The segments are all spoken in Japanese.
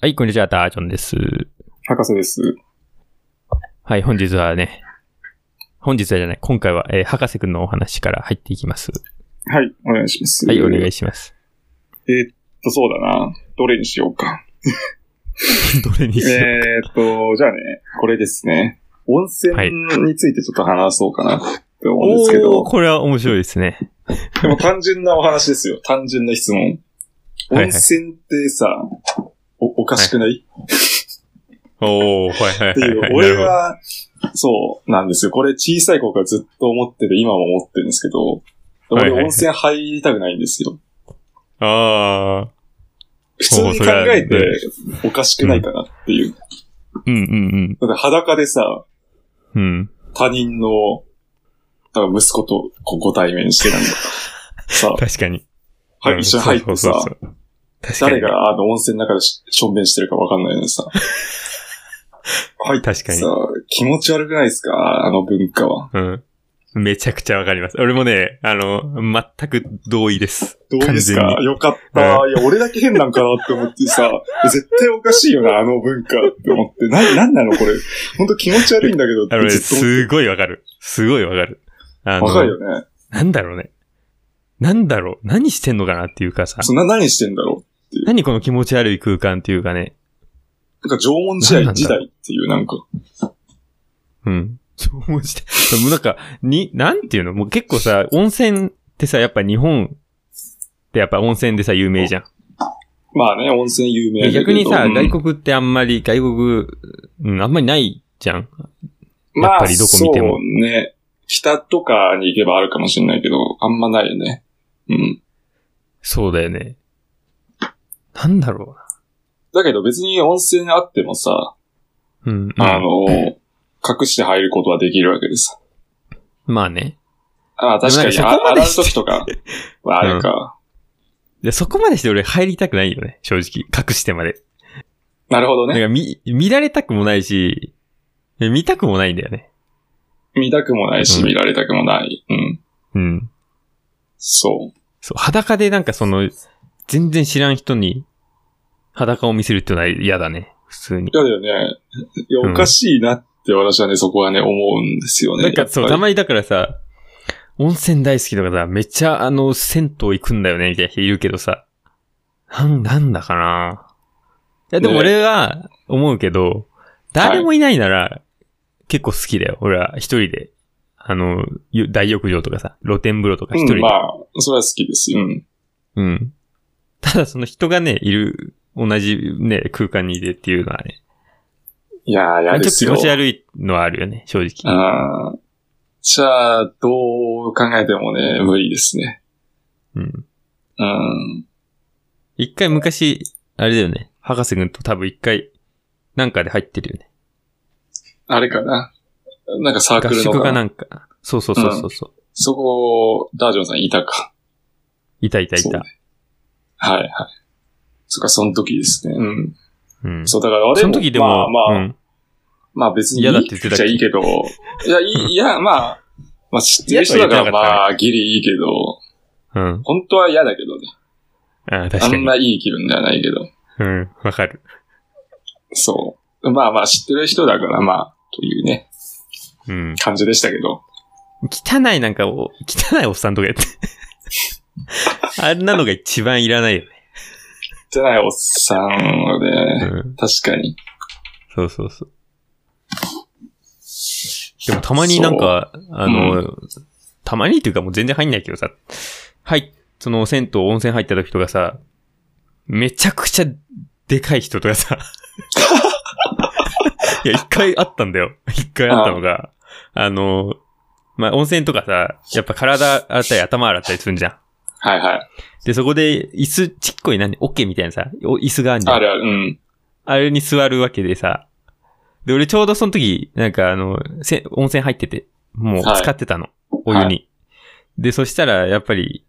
はい、こんにちは、ダージョンです。博士です。はい、本日はね、本日はじゃない、今回は、えー博士くんのお話から入っていきます。はい、お願いします。はい、お願いしします。ます。えーっと、そうだな。どれにしよ うか。 どれにえしよう。ーっと、じゃあね、これですね。温泉はいについてちょっと話そうかなって思うんですけど、おーこれは面白いですね。でも単純なお話ですよ。単純な質問。はいはい温泉ってさ、おおかしくない、おおはいはいっていう、俺は、そうなんですよ。これ小さい頃からずっと思ってて、今も思ってるんですけど、はいはいは俺い温泉入りたくないんですよ。ああ。普通に考えそうそれておかしくないかなっていう。うんうんだって裸でさ、うん。うん。他人の、だから息子とこうご対面して なんか、さ、確かに。はうい、ん一緒に入ってそうそさう、そう確かに。誰があの温泉の中でししょんべんしてるかわかんないの にさ、入って確かさに、気持ち悪くないですかあの文化は。うん。めちゃくちゃわかります。俺もね、あの、全く同意です。どうです完か全によかった。いや、俺だけ変なんかなって思ってさ、 絶対おかしいよな、あの文化って思って。な、なんなのこれ。ほんと気持ち悪いんだけどっあのてね、ずっと思っすごいわかる。すごいわかる。あて。のわかるよね。なんだろうね。なんだろう。何してんのかなっていうかさ。そんな何してんだろ何この気持ち悪い空間っていうかね。う。なんか縄文時何代なんだろう時代っていうなんか、うん。そう思って。でもなんか、に、なんていうのもう結構さ、温泉ってさ、やっぱ日本ってやっぱ温泉でさ、有名じゃん。まあね、温泉有名でだけど逆にさ、うん外国ってあんまり、外国、うん、あんまりないじゃん。やっぱりどこ見てもまあ、そうね。北とかに行けばあるかもしれないけど、あんまないよね。うん。そうだよね。なんだろだけど別に温泉があってもさ、うな。うん。うんあの、隠して入ることはできるわけでさ。まあね。ああ、確かに、でもなんかそこあまで洗う時 とか、まあ、あれか。でそこまでして俺入りたくないよね。正直。隠してまで。なるほどなんね。か見、見られたくもないし、え見たくもないんだよね。見たくもないし、うん見られたくもない。うん。うん。そう。そう、裸でなんかその、全然知らん人に裸を見せるってのは嫌だね。普通に。嫌だよね。いや、うんおかしいなって私はね、そこはね、思うんですよね。なんやかっぱそう、りたまにだからさ、温泉大好きとかさ、めっちゃあの、銭湯行くんだよね、みたいな人いるけどさ。なん、なんだかないや、でもね俺は思うけど、誰もいないなら、結構好きだよ。俺は一人で。あの、ゆ大浴場とかさ、露天風呂とか一人うでん、まあ、それは好きですよ。うん。うん。ただその人がね、いる、同じね、空間にいるっていうのはね、いやちー、嫌ょっとです気よ。持ち悪いのはあるよね、正直。ああ。じゃあ、どう考えてもね、無理ですね。うん。うん。一回昔、あれだよね、博士くんと多分一回、なんかで入ってるよね。あれかな。なんかサーク合ルの宿かかななんか。そうそうそうそうそう。そこ、ダージョンさんいたか。いたいたいそうたね。はいはい。そっか、その時ですね。うん。うん。そう、だから俺も、その時でも、まあまあ、うん。まあ別にいい、嫌だって言ってたっけじゃいいけど、いや、いい、いや、まあ、まあ知ってる人だから嫌とは言ってなかったねまあ、ギリいいけど、うん。本当は嫌だけどね。ああ、確あかんに。まいい気分ではないけど。うん。わかる。そう。まあまあ、知ってる人だから、まあ、というね、うん。感じでしたけど。汚いなんかお、汚いおっさんとかや って。あんなのが一番いらないよね。じゃないおっさんのうね、ん。確かに。そうそうそう。でもたまになんか、あの、たまにっていうかもう全然入んないけどさ、はい、その銭湯、温泉入った時とかさ、めちゃくちゃでかい人とかさ、 いや、一回あったんだよ。一回あったのが、あの、まあ、温泉とかさ、やっぱ体洗ったり頭洗ったりするんじゃん。はいはい。で、そこで椅子、ちっこい何、オッケーみたいなさ、お椅子があるんじゃんあ。るある、うん。あれに座るわけでさ。で、俺ちょうどその時、なんかあの、せ温泉入ってて、もうはい使ってたの。お湯に。はで、そしたら、やっぱり、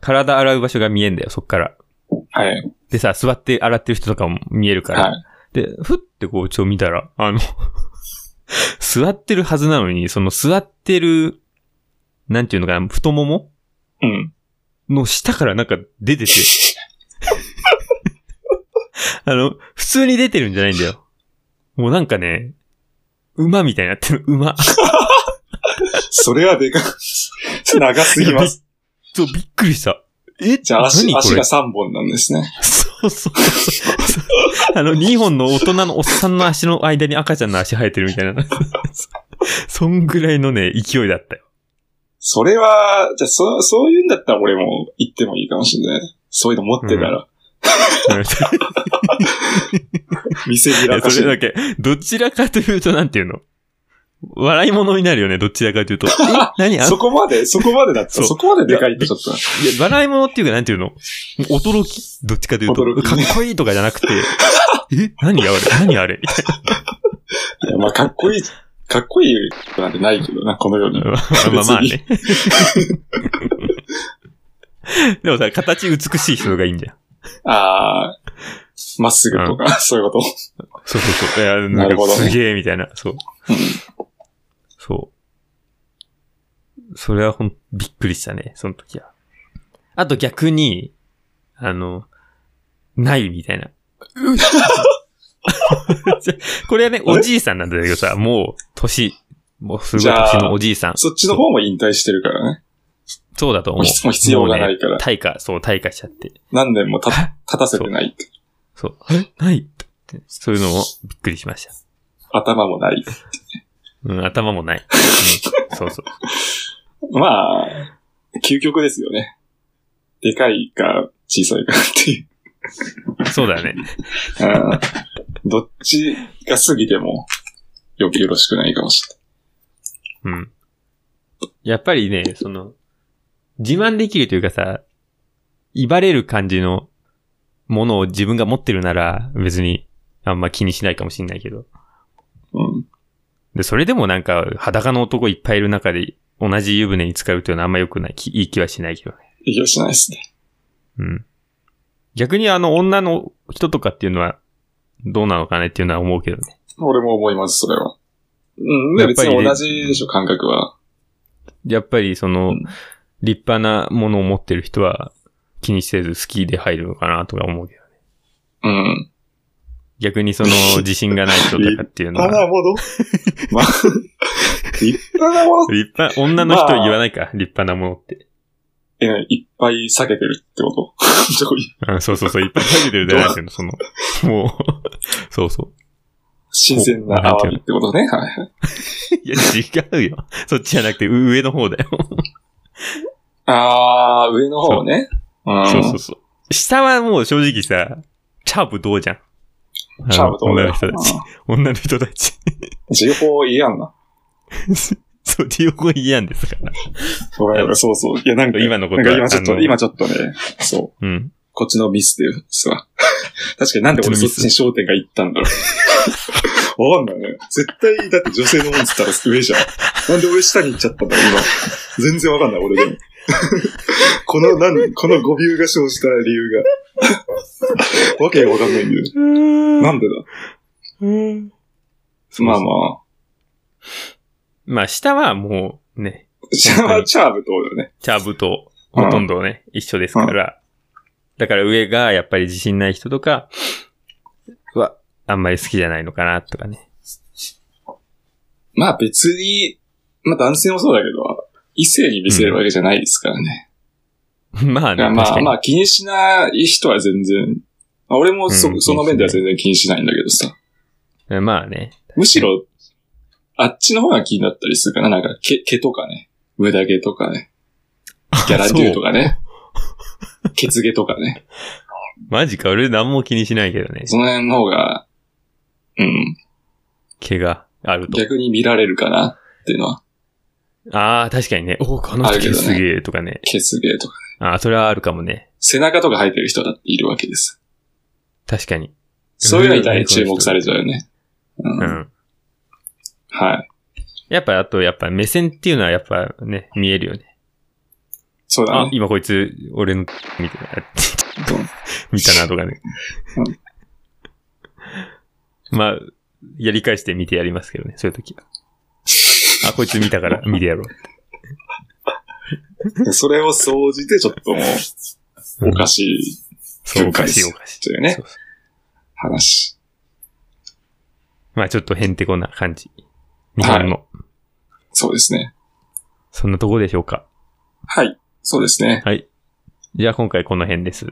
体洗う場所が見えんだよ、そっから。はい。でさ、座って洗ってる人とかも見えるから。はい。で、ふってこう、ちょ、見たら、あの、 座ってるはずなのに、その座ってる、なんていうのかな、太ももうん。の下からなんか出てて。 あの、普通に出てるんじゃないんだよ。もうなんかね、馬みたいになってる。馬。それはでかい。長すぎます。そう、びっくりした。 えじゃあ足、何こ足れが3本なんですね。そうそうそう。あの、2本の大人のおっさんの足の間に赤ちゃんの足生えてるみた いな。そんぐらいのね、勢いだったよ。それは、じゃあ、そ、そういうんだったら俺も行ってもいいかもしれない。そういうの持ってたら、見せびいやらかそしれだけ、どちらかというと、なんていうの笑い物になるよね、どちらかというと。え何あのそこまで、そこまでだった。そうそこまででかいってちょっと。いや、笑い物っていうか、なんていうの驚きどっちかというと、驚きかっねこいいとかじゃなく て、え何あれ何あれみたいいやまあ、かっこいい、かっこいいなんてないけどな、このようにな。。まあまあね。 でもさ、形美しい人がいいんじゃん。ああ、まっすぐとか、そういうこと。そうそうそう。いや、ななんるかほどねすげえ、みたいな。そう。そう。それはほん、びっくりしたね、その時は。あと逆に、あの、ないみたいな。 これはね、おじいさんなんだけどさ、もう、年、もうすごいじゃあ年のおじいさん。そっちの方も引退してるからね。そうだと思うもう。必もう必要がなもういからね。退化、そう、退化しちゃって。何年もた 立たせてないって。そう。えないって。そういうのもびっくりしました。頭もない。うん、頭もない。うん、そうそう。まあ、究極ですよね。でかいか、小さいかっていう。そうだよね。うんどっちが過ぎても、よ、よろしくないかもしれうん。やっぱりね、その、自慢できるというかさ、威張れる感じのものを自分が持ってるなら、別にあんま気にしないかもしんないけど。ない。うん。で、それでもなんか、裸の男いっぱいいる中で、同じ湯船に浸かるというのはあんま良くない、きいい気はしないけどね。いい気がしないですね。うん。逆にあの、女の人とかっていうのは、どうなのかねっていうのは思うけどね。俺も思います、それは。うん、やでっぱり別ねに同じでしょ、感覚は。やっぱりそのうん、立派なものを持ってる人は、気にせず好きで入るのかなとか思うけど。うん。逆 にその自信がない人とかっていうのたは、だものまあ、立派なもの、立派、女の人言わないか、立派なものって。えいっぱい避けてるってこと ちょうん、そうそうそう、いっぱい書いてるじゃないけど、その、もう、 そうそ新鮮なアワビってことね。はいはい。う。いや、違うよ。そっちじゃなくて、う上の方だよ。あー、上の方ね。うん。そうそうそう。下はもう正直さ、チャープどうじゃん。チャーブとあの俺女らの人たち。女の人たち。 うん情報嫌んな。そう、ディオコ嫌んですから。ごめんごめんそうそう。いや、なんか、今のことなはんか今ちょっあと、の今ちょっとね、そう。うん。こっちのミスですわ。 確かになんで俺そっちに焦点がいったんだろう。わかんないね。絶対、だって女性のもんつったら上じゃん。なんで俺下に行っちゃったんだろう、今。全然わかんない、俺でも。 この、なん、この語尾が生じた理由が。わけがわかんないんだよ。なんでだまあまあ。まあ、下はもう、ね、シャワーチャーブってことだよね。チャーブとほとんどね、一緒ですから。だから上がやっぱり自信ない人とかは、あんまり好きじゃないのかなとかね。 まあ別に、まあ男性もそうだけど、異性に見せるわけじゃないですからね。まあね、だからま確かあに。まあ気にしない人は全然、まあ、俺もそ,、うんその面では全然気にしないんだけどさ。まあ、ね。むしろ、あっちの方が気になったりするかな。なんか毛、毛とかね。無駄毛とかね。ギャランデューとかね。ケツ毛とかね。マジか、俺何も気にしないけどね。その辺の方が、うん。毛があると。逆に見られるかなっていうのは。ああ、確かにね。おお、このあ人る毛けどねすげえとかね。ケツ毛とか。ああ、それはあるかもね。背中とか生えてる人だっているわけです。確かに。そういうのに対して注目されちゃうよね。うんうはい。ん。やっぱ、あと、やっぱ目線っていうのはやっぱね、見えるよね。そうだあ、ね。今こいつ、俺の、見て、見たなとかね。 まあ、やり返して見てやりますけどね、そういう時は。あ、こいつ見たから見てやろうんそれを総じてちょっともう。う、おかしい。 そう、お了解かでしすいおかしい。というねそうそ話。まあちょっとへんてこな感じ。日本の。そうですね。そんなとこでしょうか。はい。そうですね。はい。じゃあ今回この辺です。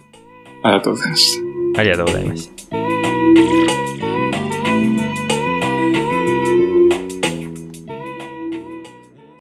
ありがとうございました。ありがとうございました。